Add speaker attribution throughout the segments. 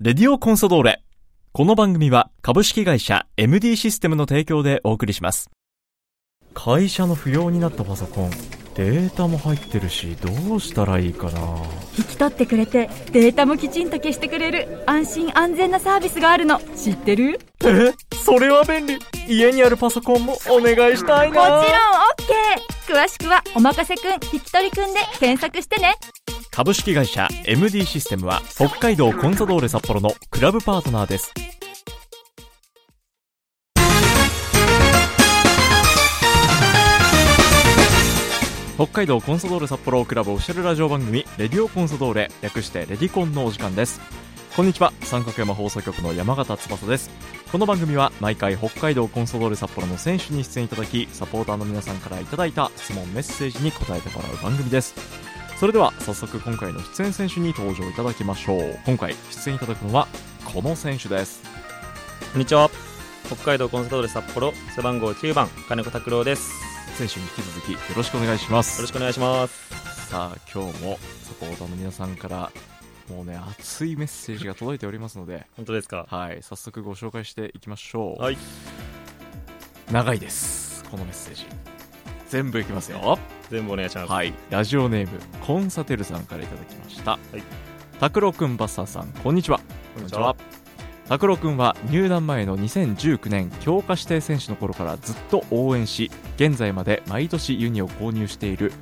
Speaker 1: レディオコンソドーレ。この番組は株式会社 MD システムの提供でお送りします。会社の不要になったパソコン、データも入ってるし、どうしたらいいかな
Speaker 2: 引き取ってくれてデータもきちんと消してくれる安心安全なサービスがあるの知ってる
Speaker 1: えそれは便利家にあるパソコンもお願いしたい
Speaker 2: もちろん OK 詳しくは「おまかせくん引き取りくん」で検索してね
Speaker 1: 株式会社 MD システムは北海道コンサドーレ札幌のクラブパートナーです。北海道コンサドーレ札幌クラブオフィシャルラジオ番組レディオコンサドーレ略してレディコンのお時間です。こんにちは三角山放送局の山形翼ですこの番組は毎回北海道コンソドール札幌の選手に出演いただきサポーターの皆さんからいただいた質問メッセージに答えてもらう番組ですそれでは早速今回の出演選手に登場いただきましょう今回出演いただくのはこの選手です
Speaker 3: こんにちは北海道コンサドーレ札幌背番号9番金子拓郎です
Speaker 1: 選手に引き続きよろしくお願いします
Speaker 3: よろしくお願いします
Speaker 1: さあ今日もサポーターの皆さんからもうね熱いメッセージが届いておりますので
Speaker 3: 本当ですか
Speaker 1: はい早速ご紹介していきましょう
Speaker 3: はい
Speaker 1: 長いですこのメッセージ全部いきますよ
Speaker 3: 全部お願いします、
Speaker 1: はいラジオネームコンサテルさんからいただきました
Speaker 3: い
Speaker 1: 拓郎、くんバッサーさんこんにちは
Speaker 3: こんにちは
Speaker 1: 拓郎くんは入団前の2019年強化指定選手の頃からずっと応援し現在まで毎年ユニを購入している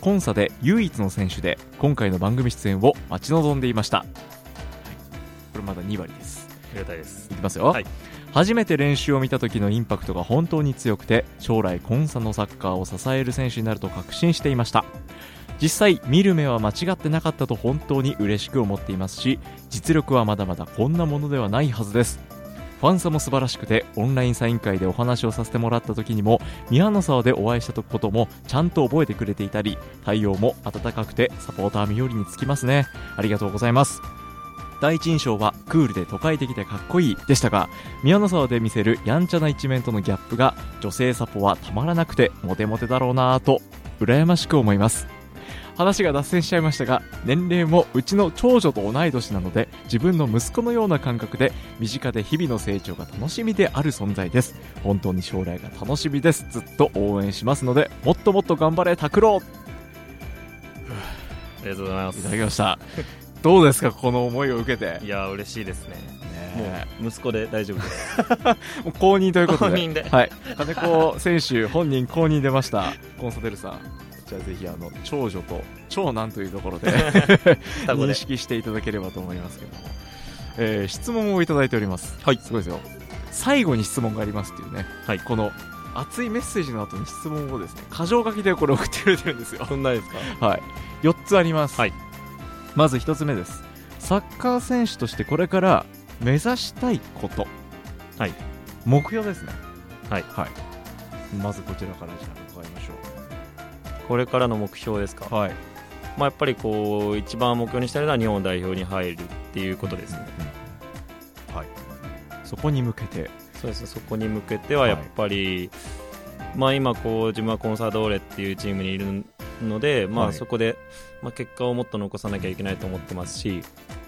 Speaker 1: コンサで唯一の選手で今回の番組出演を待ち望んでいました、はいこれまだ2割です
Speaker 3: ありがたいです
Speaker 1: いきますよ、
Speaker 3: はい
Speaker 1: 初めて練習を見た時のインパクトが本当に強くて将来コンサのサッカーを支える選手になると確信していました実際見る目は間違ってなかったと本当に嬉しく思っていますし実力はまだまだこんなものではないはずですファンサも素晴らしくてオンラインサイン会でお話をさせてもらった時にも宮の沢でお会いしたこともちゃんと覚えてくれていたり対応も温かくてサポーター身寄りにつきますねありがとうございます第一印象はクールで都会的でかっこいいでしたが宮の沢で見せるやんちゃな一面とのギャップが女性サポはたまらなくてモテモテだろうなぁと羨ましく思います話が脱線しちゃいましたが年齢もうちの長女と同い年なので自分の息子のような感覚で身近で日々の成長が楽しみである存在です本当に将来が楽しみですずっと応援しますのでもっともっと頑張れ拓郎
Speaker 3: ありがとうございま
Speaker 1: い
Speaker 3: す
Speaker 1: ただきましたどうですかこの思いを受けて
Speaker 3: いやー嬉しいですね
Speaker 1: ね
Speaker 3: もう息子で大丈夫です
Speaker 1: もう公認ということで
Speaker 3: 公認で
Speaker 1: はい、金子選手本人公認出ましたコンサデルさんじゃあぜひあの長女と長男というところで
Speaker 3: 双子で
Speaker 1: 認識していただければと思いますけども、えー質問をいただいておりますはいすごいですよ最後に質問がありますっていうね、
Speaker 3: はい
Speaker 1: この熱いメッセージの後に質問をですね箇条書きでこれ送ってくれてるんですよ
Speaker 3: そんなですか
Speaker 1: はい、4つあります、
Speaker 3: はい
Speaker 1: まず1つ目ですサッカー選手としてこれから目指したいこと、
Speaker 3: はい、
Speaker 1: 目標ですね
Speaker 3: はい、
Speaker 1: まずこちらからじゃあ伺いましょ
Speaker 3: これからの目標ですか、
Speaker 1: うはい
Speaker 3: まあ、やっぱりこう一番目標にしたいのは日本代表に入るっていうことですね、
Speaker 1: はいそこに向けて
Speaker 3: そうですねそこに向けてはやっぱり、まあ、今こう自分はコンサドーレっていうチームにいるので、ま
Speaker 1: は
Speaker 3: あ、
Speaker 1: い
Speaker 3: そこで、まあ、結果をもっと残さなきゃいけないと思ってますし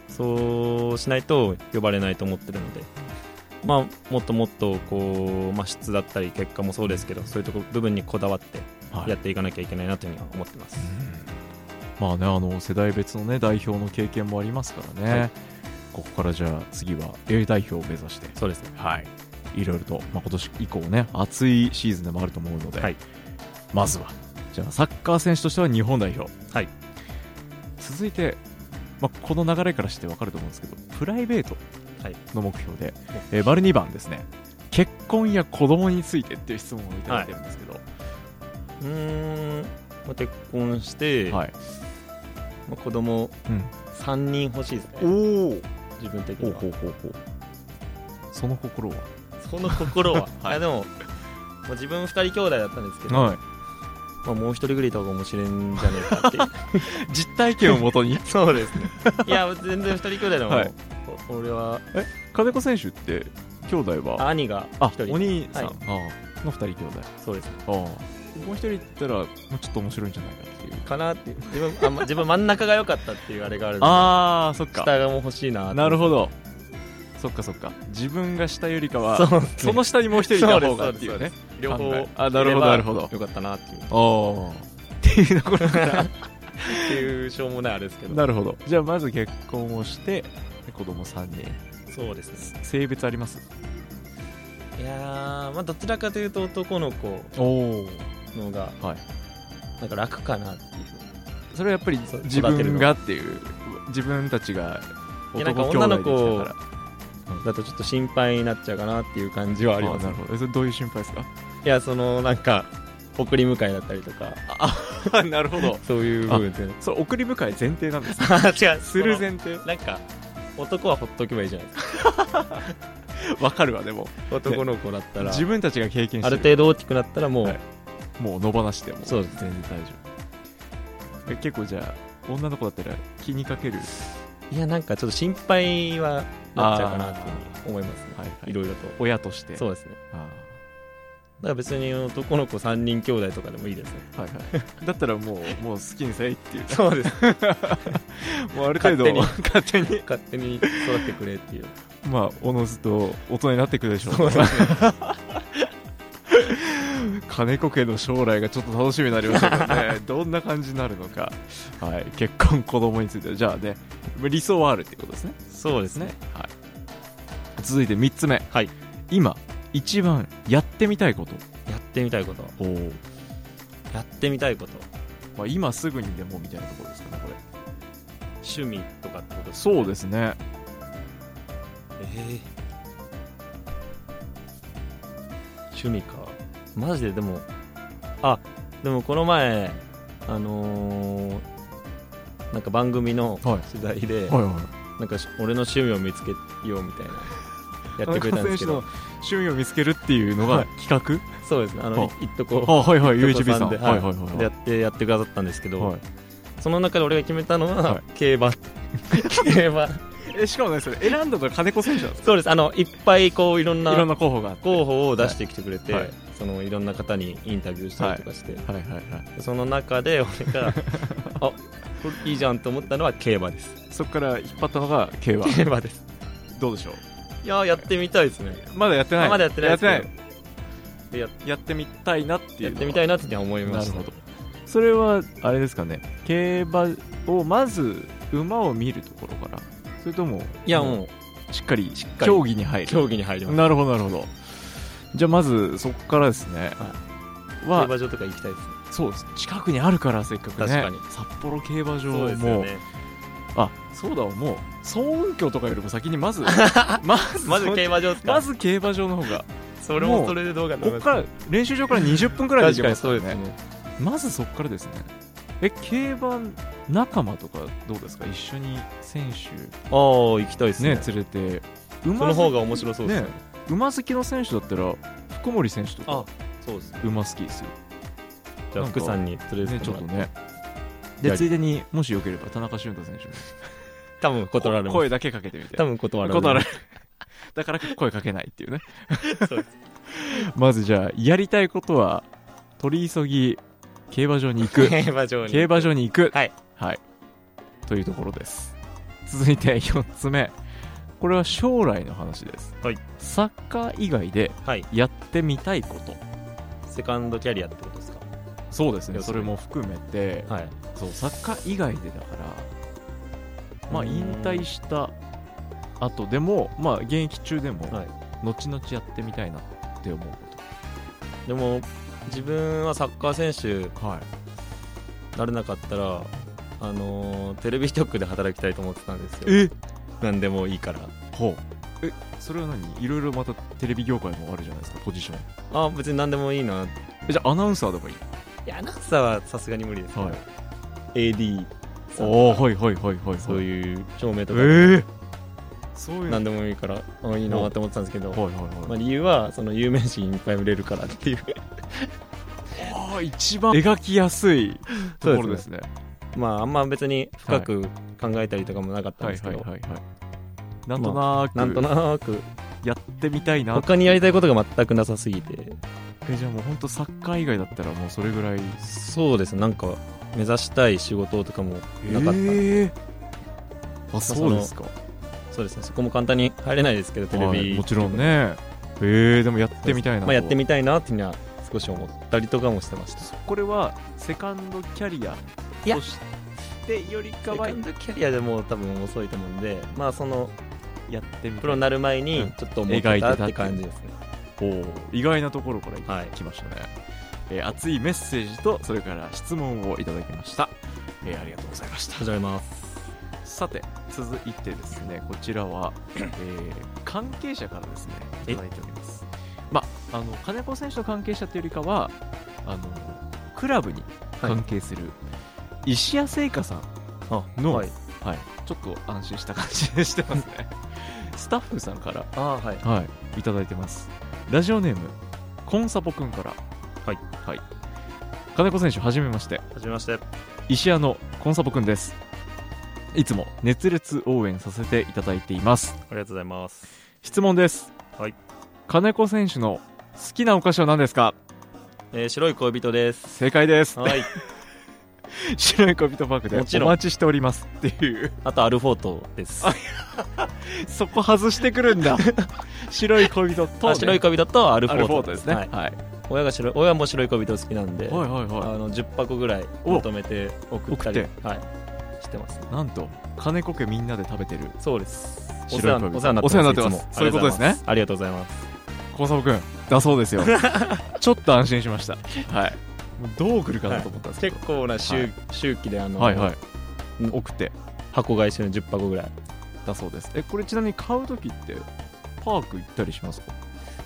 Speaker 3: そうしないと呼ばれないと思ってるので、まあ、もっともっとこう、まあ、質だったり結果もそうですけどそういうとこ部分にこだわって
Speaker 1: はい
Speaker 3: やっていかなきゃいけないなというふうには思ってます、
Speaker 1: まあねあの世代別のね代表の経験もありますからね、
Speaker 3: はい
Speaker 1: ここからじゃあ次は A 代表を目指して
Speaker 3: そうですね
Speaker 1: はい、いろいろと、まあ、今年以降ね熱いシーズンでもあると思うので、
Speaker 3: はい
Speaker 1: まずはじゃあサッカー選手としては日本代表、
Speaker 3: はい
Speaker 1: 続いて、まあ、この流れからして分かると思うんですけどプライベート
Speaker 3: はい
Speaker 1: の目標で、えー丸2番ですね結婚や子供についてっていう質問をいただいてるんですけど、は
Speaker 3: うーん、まあ、結婚して、
Speaker 1: い
Speaker 3: まあ、子供
Speaker 1: うん、
Speaker 3: 3人欲しいですね
Speaker 1: おお
Speaker 3: 自分的
Speaker 1: ほ
Speaker 3: に
Speaker 1: う
Speaker 3: は
Speaker 1: ほうほうほうその心は
Speaker 3: その心は、
Speaker 1: はい
Speaker 3: い、やでも、まあ、自分二人兄弟だったんですけど、
Speaker 1: は
Speaker 3: まあ、もう一人ぐらいいた方が面白いんじゃねえかって いう
Speaker 1: い実体験をもとに
Speaker 3: そうですね いや全然二人兄弟でも、
Speaker 1: はい
Speaker 3: お俺は
Speaker 1: 金子選手って兄弟は
Speaker 3: 兄が
Speaker 1: あ
Speaker 3: 一人
Speaker 1: お兄さん、
Speaker 3: はい
Speaker 1: あーの2人兄弟
Speaker 3: そうですね
Speaker 1: ああもう一人行ったらもうちょっと面白いんじゃないかっていう
Speaker 3: かなって自分あんま自分真ん中が良かったっていうあれがあるんで
Speaker 1: ああそっ
Speaker 3: 下がもう欲しいな
Speaker 1: なる
Speaker 3: ど
Speaker 1: ほどそっかそっか自分が下よりか
Speaker 3: そ
Speaker 1: は
Speaker 3: うですね
Speaker 1: その下にもう一人いた方がっていうね
Speaker 3: 両
Speaker 1: 考
Speaker 3: 方
Speaker 1: えあなるほどなるほど
Speaker 3: よかったなってい
Speaker 1: あ
Speaker 3: うっ
Speaker 1: あっていうところから
Speaker 3: ていうしょうもないあれですけど
Speaker 1: なるほどじゃあまず結婚をして子供三人
Speaker 3: そうですね
Speaker 1: 性別あります
Speaker 3: いやーまあどちらかというと男の子
Speaker 1: おお
Speaker 3: の方が
Speaker 1: はい
Speaker 3: なんか楽かなっていう
Speaker 1: それはやっぱり
Speaker 3: そう
Speaker 1: 自分がっていう自分たちが
Speaker 3: いやなんか
Speaker 1: 男兄弟できたから
Speaker 3: だとちょっと心配になっちゃうかなっていう感じはあります
Speaker 1: なるほどえそれどういう心配ですか
Speaker 3: いやそのなんか送り迎えだったりとか
Speaker 1: あ なるほど
Speaker 3: そういう部分っていうの
Speaker 1: そう送り迎え前提 なんですね
Speaker 3: あ 違う
Speaker 1: す
Speaker 3: す
Speaker 1: る
Speaker 3: る
Speaker 1: 前提
Speaker 3: なんか男はほっとけばいいじゃないですか
Speaker 1: わかるわでも
Speaker 3: 男の子だったら
Speaker 1: 自分たちが経験して
Speaker 3: あ
Speaker 1: る
Speaker 3: る程度大きくなったらもう、
Speaker 1: はいもう野放しでも
Speaker 3: そうですね
Speaker 1: 全然大丈夫え結構じゃあ女の子だったら気にかける
Speaker 3: いやなんかちょっと心配はなっちゃうかなっていうふうに思いますね
Speaker 1: はいはい
Speaker 3: いろいろ
Speaker 1: 親として
Speaker 3: とそうですね
Speaker 1: あ
Speaker 3: だから別に男の子3人兄弟とかでもいいですね
Speaker 1: ーはいはい、 だったらもうもう好きにせいっていう
Speaker 3: そうです
Speaker 1: もうある程度
Speaker 3: 勝手に 勝手に育ってくれっていう
Speaker 1: まあおのずと大人になってくるでしょう
Speaker 3: そうですね
Speaker 1: 金子家の将来がちょっと楽しみになりましたけど ねどんな感じになるのか、はい、結婚子供についてはじゃあね理想はあるってことですね
Speaker 3: そうですね
Speaker 1: はい、続いて3つ目、
Speaker 3: はい
Speaker 1: 今一番やってみたいこと
Speaker 3: やってみたいことやってみたいこと
Speaker 1: まあ、今すぐにでもみたいなところですかねこれ
Speaker 3: 趣味とかってことですか
Speaker 1: そうですね
Speaker 3: えー趣味かマジででもあでもこの前あのーなんか番組の
Speaker 1: はい
Speaker 3: 取材で、
Speaker 1: いはい
Speaker 3: なんかし俺の趣味を見つけようみたいなやってくれたんですけど
Speaker 1: 田中選手の趣味を見つけるっていうのが
Speaker 3: はい
Speaker 1: 企
Speaker 3: そうですねあの
Speaker 1: はい
Speaker 3: っと
Speaker 1: 画
Speaker 3: こ
Speaker 1: はいはい UHB さん
Speaker 3: で,、
Speaker 1: はい
Speaker 3: はい
Speaker 1: はいはい
Speaker 3: でやってやってくださったんですけど、
Speaker 1: はい
Speaker 3: その中で俺が決めたのは、
Speaker 1: はい
Speaker 3: 競馬競馬
Speaker 1: えしかもねそれ選んだのは金子選手なんです
Speaker 3: そうですあのいっぱいこういろん
Speaker 1: いろん
Speaker 3: な
Speaker 1: な候補があって
Speaker 3: 候補を出してきてくれて、
Speaker 1: はい
Speaker 3: い
Speaker 1: はい
Speaker 3: そのいろんな方にインタビューしたりとかして、
Speaker 1: はいはいはい
Speaker 3: その中で俺 があこれいいじゃんと思ったのは競馬です
Speaker 1: そこから引っ張ったのが K は
Speaker 3: 競馬です
Speaker 1: どうでしょう
Speaker 3: いやーやってみたいですね
Speaker 1: まだやってない
Speaker 3: あまだやってない
Speaker 1: やっ
Speaker 3: です
Speaker 1: てない
Speaker 3: けどでや
Speaker 1: やってみたいなってい
Speaker 3: や
Speaker 1: う
Speaker 3: っ
Speaker 1: のは
Speaker 3: てみたいなって思いま
Speaker 1: な
Speaker 3: し
Speaker 1: る
Speaker 3: た
Speaker 1: ほどそれはあれですかね競馬をまず馬を見るところからそれとも
Speaker 3: いやもう
Speaker 1: しっかり
Speaker 3: かり
Speaker 1: 競技に入る
Speaker 3: 競技に入ります
Speaker 1: なるほどなるほどじゃあまずそこからですね
Speaker 3: 競
Speaker 1: は
Speaker 3: 馬場とか行きたいですね
Speaker 1: そうです近くにあるからせっかくね
Speaker 3: 確かに
Speaker 1: 札幌競馬場
Speaker 3: そ
Speaker 1: も
Speaker 3: うですよね
Speaker 1: あそうだもう総運協とかよりも先に まずまず
Speaker 3: まず競馬場ですか
Speaker 1: まず競馬場の方 が
Speaker 3: それ
Speaker 1: も
Speaker 3: も
Speaker 1: う
Speaker 3: それでどうかと
Speaker 1: こ
Speaker 3: 思い
Speaker 1: っか
Speaker 3: ます
Speaker 1: ら練習場から20分くらいで行け
Speaker 3: 確か
Speaker 1: ま
Speaker 3: に
Speaker 1: す
Speaker 3: そ
Speaker 1: か
Speaker 3: う
Speaker 1: ら
Speaker 3: です
Speaker 1: ね
Speaker 3: ね
Speaker 1: まずそこからですねえ競馬仲間とかどうですか一緒に選手
Speaker 3: ああ行きたいですね
Speaker 1: ね連れて馬
Speaker 3: その方が面白そうですね
Speaker 1: ね馬好きの選手だったら福森選手とか
Speaker 3: あそうです
Speaker 1: 馬好きですよ
Speaker 3: じゃあ
Speaker 1: なんか
Speaker 3: 福さんに連れて
Speaker 1: ね
Speaker 3: っ
Speaker 1: ち
Speaker 3: て
Speaker 1: ょっ
Speaker 3: もら
Speaker 1: と
Speaker 3: って
Speaker 1: ね
Speaker 3: や
Speaker 1: で
Speaker 3: り
Speaker 1: ついでにもしよければ田中俊太 選手も
Speaker 3: 多分断られます
Speaker 1: 声だけかけてみて
Speaker 3: 多分断られます
Speaker 1: 断られ だから声かけないっていう ね
Speaker 3: そうです
Speaker 1: まずじゃあやりたいことは取り急ぎ競馬場に行 く
Speaker 3: 競馬場に
Speaker 1: 競馬場に行く
Speaker 3: はい、
Speaker 1: はい、というところです続いて4つ目これは将来の話です、
Speaker 3: はい
Speaker 1: サッカー以外で
Speaker 3: はい
Speaker 1: やってみたいこと
Speaker 3: セカンドキャリアってことですか
Speaker 1: そうですね
Speaker 3: 要す
Speaker 1: そ
Speaker 3: る
Speaker 1: れ
Speaker 3: に
Speaker 1: も含めて、
Speaker 3: はい
Speaker 1: そうサッカー以外でだからまあ引退した後でもまあ現役中でも
Speaker 3: はい
Speaker 1: 後々やってみたいなって思うこ
Speaker 3: でも自分はサッカー選
Speaker 1: とはい
Speaker 3: 手なれなかったらあのーテレビ局で働きたいと思ってたんですよ
Speaker 1: え
Speaker 3: 何でもいいから
Speaker 1: ほうえそれは何いろいろまたテレビ業界もあるじゃないですかポジション
Speaker 3: あ別に何でもいいな
Speaker 1: えじゃあアナウンサーでもいい
Speaker 3: いやアナウンサーはさすがに無理ですけど、
Speaker 1: はい
Speaker 3: AD さん
Speaker 1: おおはいはいはいはい
Speaker 3: そう
Speaker 1: う
Speaker 3: いう照明とか、
Speaker 1: ええそういう
Speaker 3: 何でもいいからあいいなって思ってたんですけど、
Speaker 1: はいはいはい、
Speaker 3: まあ、理由はその有名人いっぱい売れるからっていう
Speaker 1: ああ一番描きやすいところですね
Speaker 3: まああんま別に深く考えたりとかもなかったん
Speaker 1: は
Speaker 3: で
Speaker 1: い
Speaker 3: すけ
Speaker 1: はい
Speaker 3: ど、
Speaker 1: はいはいなんとなく、
Speaker 3: なんとなく
Speaker 1: やってみたいな
Speaker 3: 他にやりたいことが全くなさすぎて
Speaker 1: えじゃあもう本当サッカー以外だったらもうそれぐらい
Speaker 3: そうですねなんか目指したい仕事とかもなかった、
Speaker 1: ええあそうですか
Speaker 3: そうですねそこも簡単に入れないですけどテレビ、
Speaker 1: はいもちろんねえー、でもやってみたいな、
Speaker 3: まあ、やってみたいなっていうのは少し思ったりとかもしてました
Speaker 1: これはセカンドキャリア
Speaker 3: いや
Speaker 1: としてよりか
Speaker 3: セ
Speaker 1: は
Speaker 3: カンドキャリアでもう多分遅いと思うんでまあその
Speaker 1: やってみ
Speaker 3: プロ
Speaker 1: たい
Speaker 3: になる前にちょっと思ってたって感じですね、
Speaker 1: おー意外なところから
Speaker 3: はい
Speaker 1: 来ましたね、えー熱いメッセージとそれから質問をいただきました、えーありがとうございました
Speaker 3: 始まります
Speaker 1: さて続いてですねこちら は、えー関係者からですねいただいておりますまああの金子選手の関係者というよりかはあのクラブに関係する、石谷製菓さん
Speaker 3: あ
Speaker 1: の
Speaker 3: はい、
Speaker 1: はい、ちょっと安心した感じでしてますね スタッフさんから
Speaker 3: あはい
Speaker 1: はい、いただいてます。ラジオネーム、コンサポくんから。
Speaker 3: はい。
Speaker 1: はい。金子選手、はじめまして。
Speaker 3: はじめましてあ
Speaker 1: 石屋のコンサポくんです。いつも熱烈応援させていただいています。
Speaker 3: りがとうございます
Speaker 1: 質問です。
Speaker 3: はい。
Speaker 1: 金子選手の好きなお菓子は何ですか
Speaker 3: えー白い恋人です
Speaker 1: 正解です。
Speaker 3: はい
Speaker 1: 白い恋人パークで
Speaker 3: もちろ
Speaker 1: お
Speaker 3: ん
Speaker 1: 待ちしておりますっていう。
Speaker 3: あとアルフォートです
Speaker 1: あそこ外してくるんだ。 白い恋人と、
Speaker 3: あ白い恋人とアルフ
Speaker 1: ア
Speaker 3: ォ
Speaker 1: ル
Speaker 3: ー
Speaker 1: フォ
Speaker 3: ト
Speaker 1: ートですね。
Speaker 3: は
Speaker 1: はい
Speaker 3: い。
Speaker 1: はい
Speaker 3: 親が白い親も白い恋人好きなんで、
Speaker 1: はい
Speaker 3: あ
Speaker 1: は
Speaker 3: の10箱ぐらい
Speaker 1: お
Speaker 3: まとめて送ったり
Speaker 1: 送
Speaker 3: はい、してます
Speaker 1: い。なんと、金子家みんなで食べてる
Speaker 3: そうですお世
Speaker 1: 白い恋
Speaker 3: 話
Speaker 1: 人
Speaker 3: お世話になって
Speaker 1: お
Speaker 3: ます
Speaker 1: 世話になってます
Speaker 3: つも
Speaker 1: そういうことですね
Speaker 3: ありがとうございます
Speaker 1: コンサボくんだそう ですよちょっと安心しましたはいもうどう来るかなと思ったんですけど、
Speaker 3: 結構な周,、
Speaker 1: はい
Speaker 3: 周期であの、
Speaker 1: はい、はい
Speaker 3: うん
Speaker 1: 送って
Speaker 3: 箱買いしてる10箱ぐらいい
Speaker 1: だそうですえこれちなみに買う時ってパーク行ったりしますか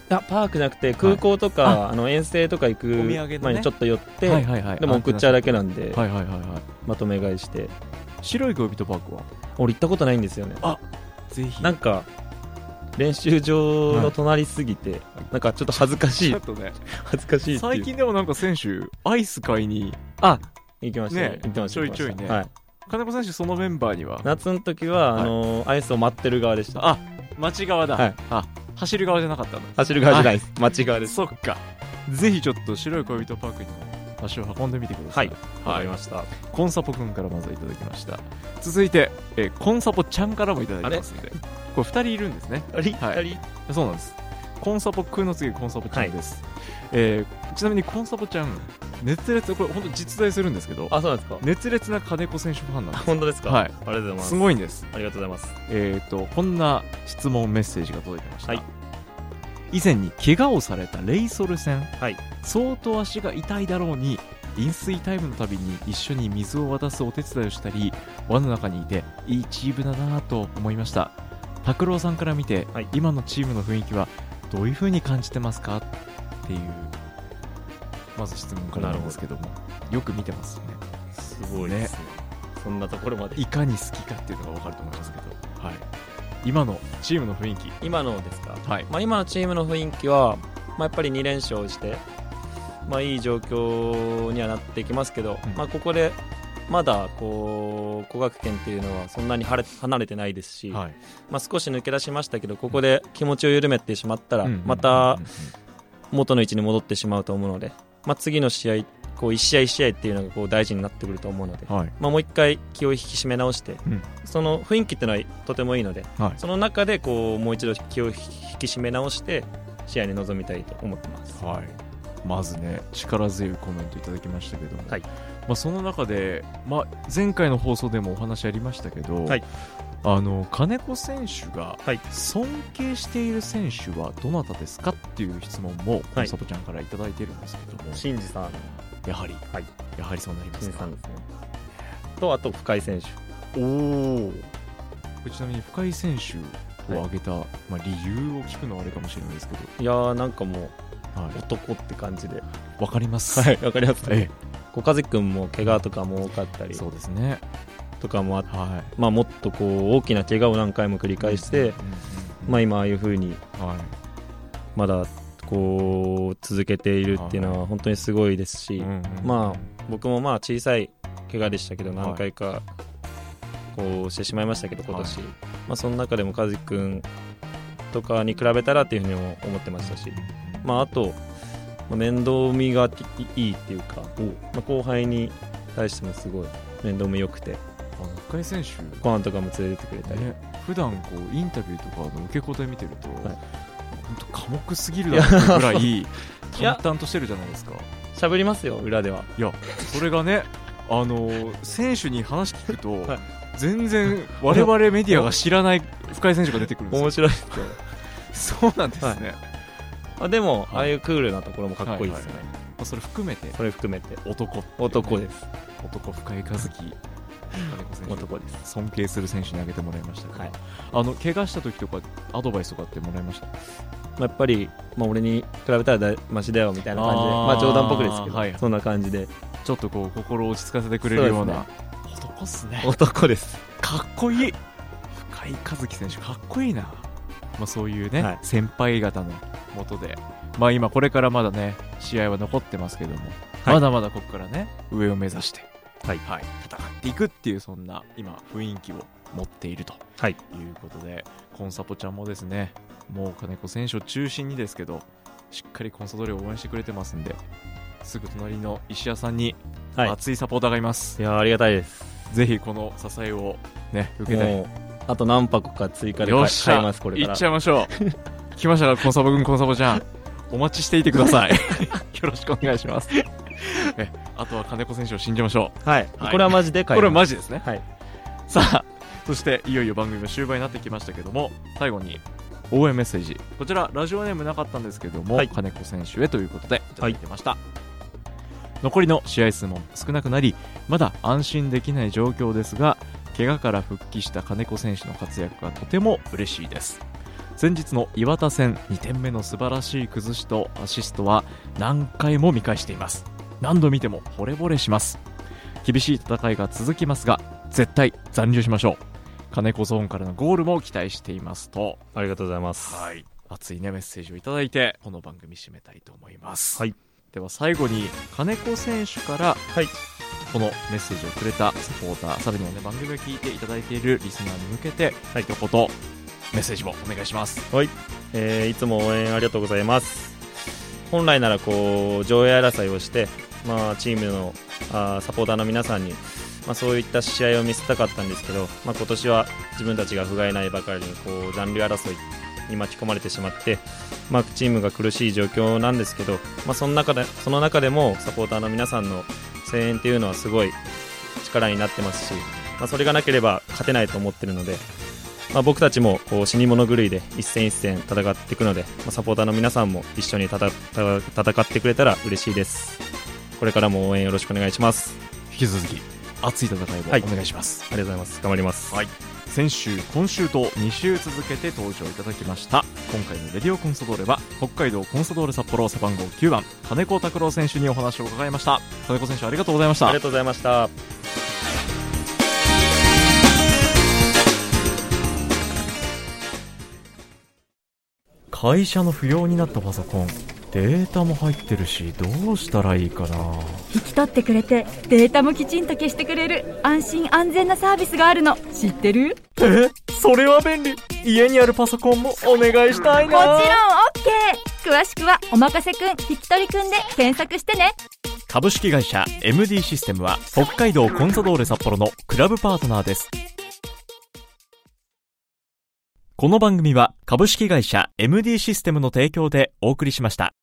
Speaker 3: やパークじゃなくて空港とか、あの遠征とか行く
Speaker 1: お土産のね
Speaker 3: 前にちょっと寄って、
Speaker 1: はいは
Speaker 3: でも送っちゃ
Speaker 1: う
Speaker 3: うだけなんで、
Speaker 1: はいはいはいはい
Speaker 3: まとめ買いして
Speaker 1: 白い恋人パークは
Speaker 3: 俺行ったことないんですよね
Speaker 1: ぜひ
Speaker 3: なんか練習場の隣すぎて、なんかちょっと恥ずかし
Speaker 1: ち
Speaker 3: い
Speaker 1: ょっとね
Speaker 3: 恥ずかしいっていう
Speaker 1: 最近でもなんか選手アイス買いに
Speaker 3: あ行きましたね
Speaker 1: ね
Speaker 3: 行ってまし
Speaker 1: ち
Speaker 3: た
Speaker 1: ょいちょいね
Speaker 3: 行ってましたはい、
Speaker 1: 金子選手そのメンバーには
Speaker 3: 夏の時は、
Speaker 1: はい
Speaker 3: あのーアイスを待ってる側でした
Speaker 1: あ町側だ、
Speaker 3: はい
Speaker 1: あ走る側じゃなかったの
Speaker 3: 走る側じゃないです、待ち側です
Speaker 1: そっかぜひちょっと白い恋人パークにも足を運んでみてください
Speaker 3: はいわ
Speaker 1: は
Speaker 3: か
Speaker 1: い
Speaker 3: りました、
Speaker 1: コンサポくんからまずいただきました続いて、えーコンサポちゃんからもいただいてますんでこれ2人いるんですね
Speaker 3: あれ、
Speaker 1: はい
Speaker 3: あれ
Speaker 1: そうなんですコンサポくんの次コンサポちゃんです、えーちなみにコンサポちゃん熱烈これ本当実在するんですけど
Speaker 3: あそうなんですか
Speaker 1: 熱烈な金子選手ファンなん
Speaker 3: あ
Speaker 1: で
Speaker 3: 本当ですか、
Speaker 1: はい
Speaker 3: ありがとうございますす
Speaker 1: すごいんです
Speaker 3: ありがとうございます
Speaker 1: えっ、とこんな質問メッセージが届いてました、
Speaker 3: はい
Speaker 1: 以前に怪我をされたレイソル戦、
Speaker 3: はい
Speaker 1: 相当足が痛いだろうに飲水タイムのたびに一緒に水を渡すお手伝いをしたり輪の中にいていいチームだなぁと思いました拓郎さんから見て、
Speaker 3: はい
Speaker 1: 今のチームの雰囲気はどういう風に感じてますかっていうまず質問からなんですけどもよく見てますね
Speaker 3: すごいですねそんなところまで
Speaker 1: いかに好きかっていうのが分かると思いますけど、はい、今のチームの雰囲気
Speaker 3: 今のですか、
Speaker 1: はい
Speaker 3: まあ、今のチームの雰囲気は、まあ、やっぱり2連勝して、まあ、いい状況にはなってきますけど、
Speaker 1: うん
Speaker 3: まあ、ここでまだこう古学圏っていうのはそんなに晴れ離れてないですし、
Speaker 1: はい
Speaker 3: まあ、少し抜け出しましたけどここで気持ちを緩めてしまったら
Speaker 1: うん
Speaker 3: また元の位置に戻ってしまうと思うので、まあ、次の試合こう1試合1試合っていうのがこう大事になってくると思うので、
Speaker 1: はい
Speaker 3: まあ、もう一回気を引き締め直して、
Speaker 1: うん
Speaker 3: その雰囲気ってのはとてもいいので、
Speaker 1: はい
Speaker 3: その中でこうもう一度気を引き締め直して試合に臨みたいと思ってます。
Speaker 1: はい、まずね力強いコメントいただきましたけども、
Speaker 3: はい
Speaker 1: まあ、その中で、まあ、前回の放送でもお話ありましたけど、
Speaker 3: はい
Speaker 1: あの金子選手が
Speaker 3: はい
Speaker 1: 尊敬している選手はどなたですかっていう質問も
Speaker 3: はい
Speaker 1: サボちゃんからいただいてるんですけども、
Speaker 3: 新司さん、
Speaker 1: やはり、
Speaker 3: はい
Speaker 1: やはりそうなりま
Speaker 3: 新
Speaker 1: す
Speaker 3: 司さ
Speaker 1: か
Speaker 3: んですね。とあと深井選手。
Speaker 1: おおちなみに深井選手を挙げた、まあ、理由を聞くのはあれかもしれないですけ
Speaker 3: いやーなんかも
Speaker 1: ど、は
Speaker 3: う男って感じで。
Speaker 1: い、わかります、
Speaker 3: はい、わかります。
Speaker 1: え
Speaker 3: 小風君も怪我とかも多かった
Speaker 1: え
Speaker 3: り
Speaker 1: そうですね
Speaker 3: とかもあって、
Speaker 1: は
Speaker 3: まあ、もっとこう大きな怪我を何回も繰り
Speaker 1: い
Speaker 3: 返して、まあ、今ああいうふうに
Speaker 1: あ、はい
Speaker 3: まだこう続けているっていうのは本当にすごいですし、まあ僕もまあ小さい怪我でしたけど
Speaker 1: はい
Speaker 3: 何回かこうしてしまいましたけど今年、
Speaker 1: は
Speaker 3: まあ、その中でも和樹君とかに比べたらっていうふうにも思ってましたし、まあ、あと、まあ面倒見がいいいっていうか、まあ、後輩に対してもすごい面倒見良くて、
Speaker 1: あ、あの深井選手
Speaker 3: コナンとかも連れてってくれたり、
Speaker 1: ね、普段こうインタビューとかの受け答え見てると、
Speaker 3: はい
Speaker 1: 本当寡黙すぎるだろうってぐら い
Speaker 3: や
Speaker 1: 淡々としてるじゃないですか
Speaker 3: 喋りますよ裏ではい
Speaker 1: やそれがねあのー選手に話聞くと、
Speaker 3: はい
Speaker 1: 全然我々メディアが知らない深井選手が出てくるんです
Speaker 3: 面
Speaker 1: よ
Speaker 3: 白い
Speaker 1: そうなんですね、
Speaker 3: あでも、
Speaker 1: はい
Speaker 3: ああいうクールなところもかっこいいですよね、
Speaker 1: まあそれ含めて
Speaker 3: それ含めて
Speaker 1: 男っていうね
Speaker 3: 男です
Speaker 1: 男深井和樹金子選手
Speaker 3: 男です
Speaker 1: 尊敬する選手に挙げてもらいましたけど、
Speaker 3: はい
Speaker 1: あの怪我した時とかアドバイスとかってもらいました
Speaker 3: まあやっぱり、まあ、俺に比べたらだマシだよみたいな感じで
Speaker 1: あー
Speaker 3: まあ冗談っぽくですけど、
Speaker 1: はい
Speaker 3: そんな感じで
Speaker 1: ちょっとこう心を落ち着かせてくれるような
Speaker 3: そ
Speaker 1: 男っすね
Speaker 3: 男です
Speaker 1: かっこいい深井和樹選手かっこいいな、まあ、そういうね、
Speaker 3: はい
Speaker 1: 先輩方のもとで、まあ、今これからまだね試合は残ってますけども、
Speaker 3: はい
Speaker 1: まだまだここからね上を目指して、
Speaker 3: はい
Speaker 1: 戦っていくっていうそんな今雰囲気を持っていると
Speaker 3: はい
Speaker 1: いうことでコンサポちゃんもですねもう金子選手を中心にですけどしっかりコンサドレを応援してくれてますんですぐ隣の石屋さんに
Speaker 3: はい
Speaker 1: 熱いサポーターがいます、
Speaker 3: いやーありがたいです
Speaker 1: ぜひこの支えをね受けたい
Speaker 3: もうあと何箱か追加で
Speaker 1: よ
Speaker 3: 買
Speaker 1: っ
Speaker 3: い
Speaker 1: しゃ
Speaker 3: 買いますこれか
Speaker 1: 行
Speaker 3: ら
Speaker 1: っちゃいましょ う来ましたかコンサボ君コンサボちゃんお待ちしていてくださいよろしくお願いしますえあとは金子選手を信じましょう
Speaker 3: はい、
Speaker 1: はい
Speaker 3: これはマジで買
Speaker 1: こ
Speaker 3: い
Speaker 1: れは
Speaker 3: ま
Speaker 1: マ
Speaker 3: す
Speaker 1: ジですね
Speaker 3: はい
Speaker 1: さあそしていよいよ番組も終盤になってきましたけども最後に応援メッセージこちらラジオネームなかったんですけども、
Speaker 3: はい
Speaker 1: 金子選手へということでいただいてました、残りの試合数も少なくなりまだ安心できない状況ですが怪我から復帰した金子選手の活躍がとても嬉しいです先日の岩田戦2点目の素晴らしい崩しとアシストは何回も見返しています何度見ても惚れ惚れします厳しい戦いが続きますが絶対残留しましょう金子ゾーンからのゴールも期待していますと
Speaker 3: ありがとうございます
Speaker 1: い熱いねメッセージをいただいてこの番組締めたいと思います、
Speaker 3: はい
Speaker 1: では最後に金子選手から、
Speaker 3: い
Speaker 1: このメッセージをくれたサポーターさらにはね番組を聞いていただいているリスナーに向けて、
Speaker 3: はい
Speaker 1: 一言メッセージもお願いします
Speaker 3: えーいつも応援ありがとうございます本来ならこう上位争いをして、まあ、チームのあーサポーターの皆さんに、まあ、そういった試合を見せたかったんですけど、まあ、今年は自分たちが不甲斐ないばかりにこう残留争いに巻き込まれてしまって、まあ、チームが苦しい状況なんですけど、まあ、その中でその中でもサポーターの皆さんの声援っていうのはすごい力になってますし、まあ、それがなければ勝てないと思ってるので、まあ、僕たちもこう死に物狂いで一戦一戦戦っていくので、まあ、サポーターの皆さんも一緒にたたた戦ってくれたら嬉しいですこれからも応援よろしくお願いします
Speaker 1: 引き続き熱い戦い
Speaker 3: はい
Speaker 1: をお願いします、
Speaker 3: ありがとうございます頑張ります、
Speaker 1: はい先週今週と2週続けて登場いただきました今回のレディオコンソドーレは北海道コンソドーレ札幌背番号9番金子拓郎選手にお話を伺いました金子選手ありがとうございまし
Speaker 3: あ
Speaker 1: た
Speaker 3: りがとうございました
Speaker 1: 会社の不要になったパソコンデータも入ってるしどうしたらいいかな
Speaker 2: 引き取ってくれてデータもきちんと消してくれる安心安全なサービスがあるの知ってる
Speaker 1: えそれは便利家にあるパソコンもお願いしたい
Speaker 2: もちろん OK 詳しくは「おまかせくん引き取りくん」で検索してね
Speaker 1: 株式会社 MD システムは北海道コンサドーレ札幌のクラブパートナーですこの番組は株式会社 MD システムの提供でお送りしました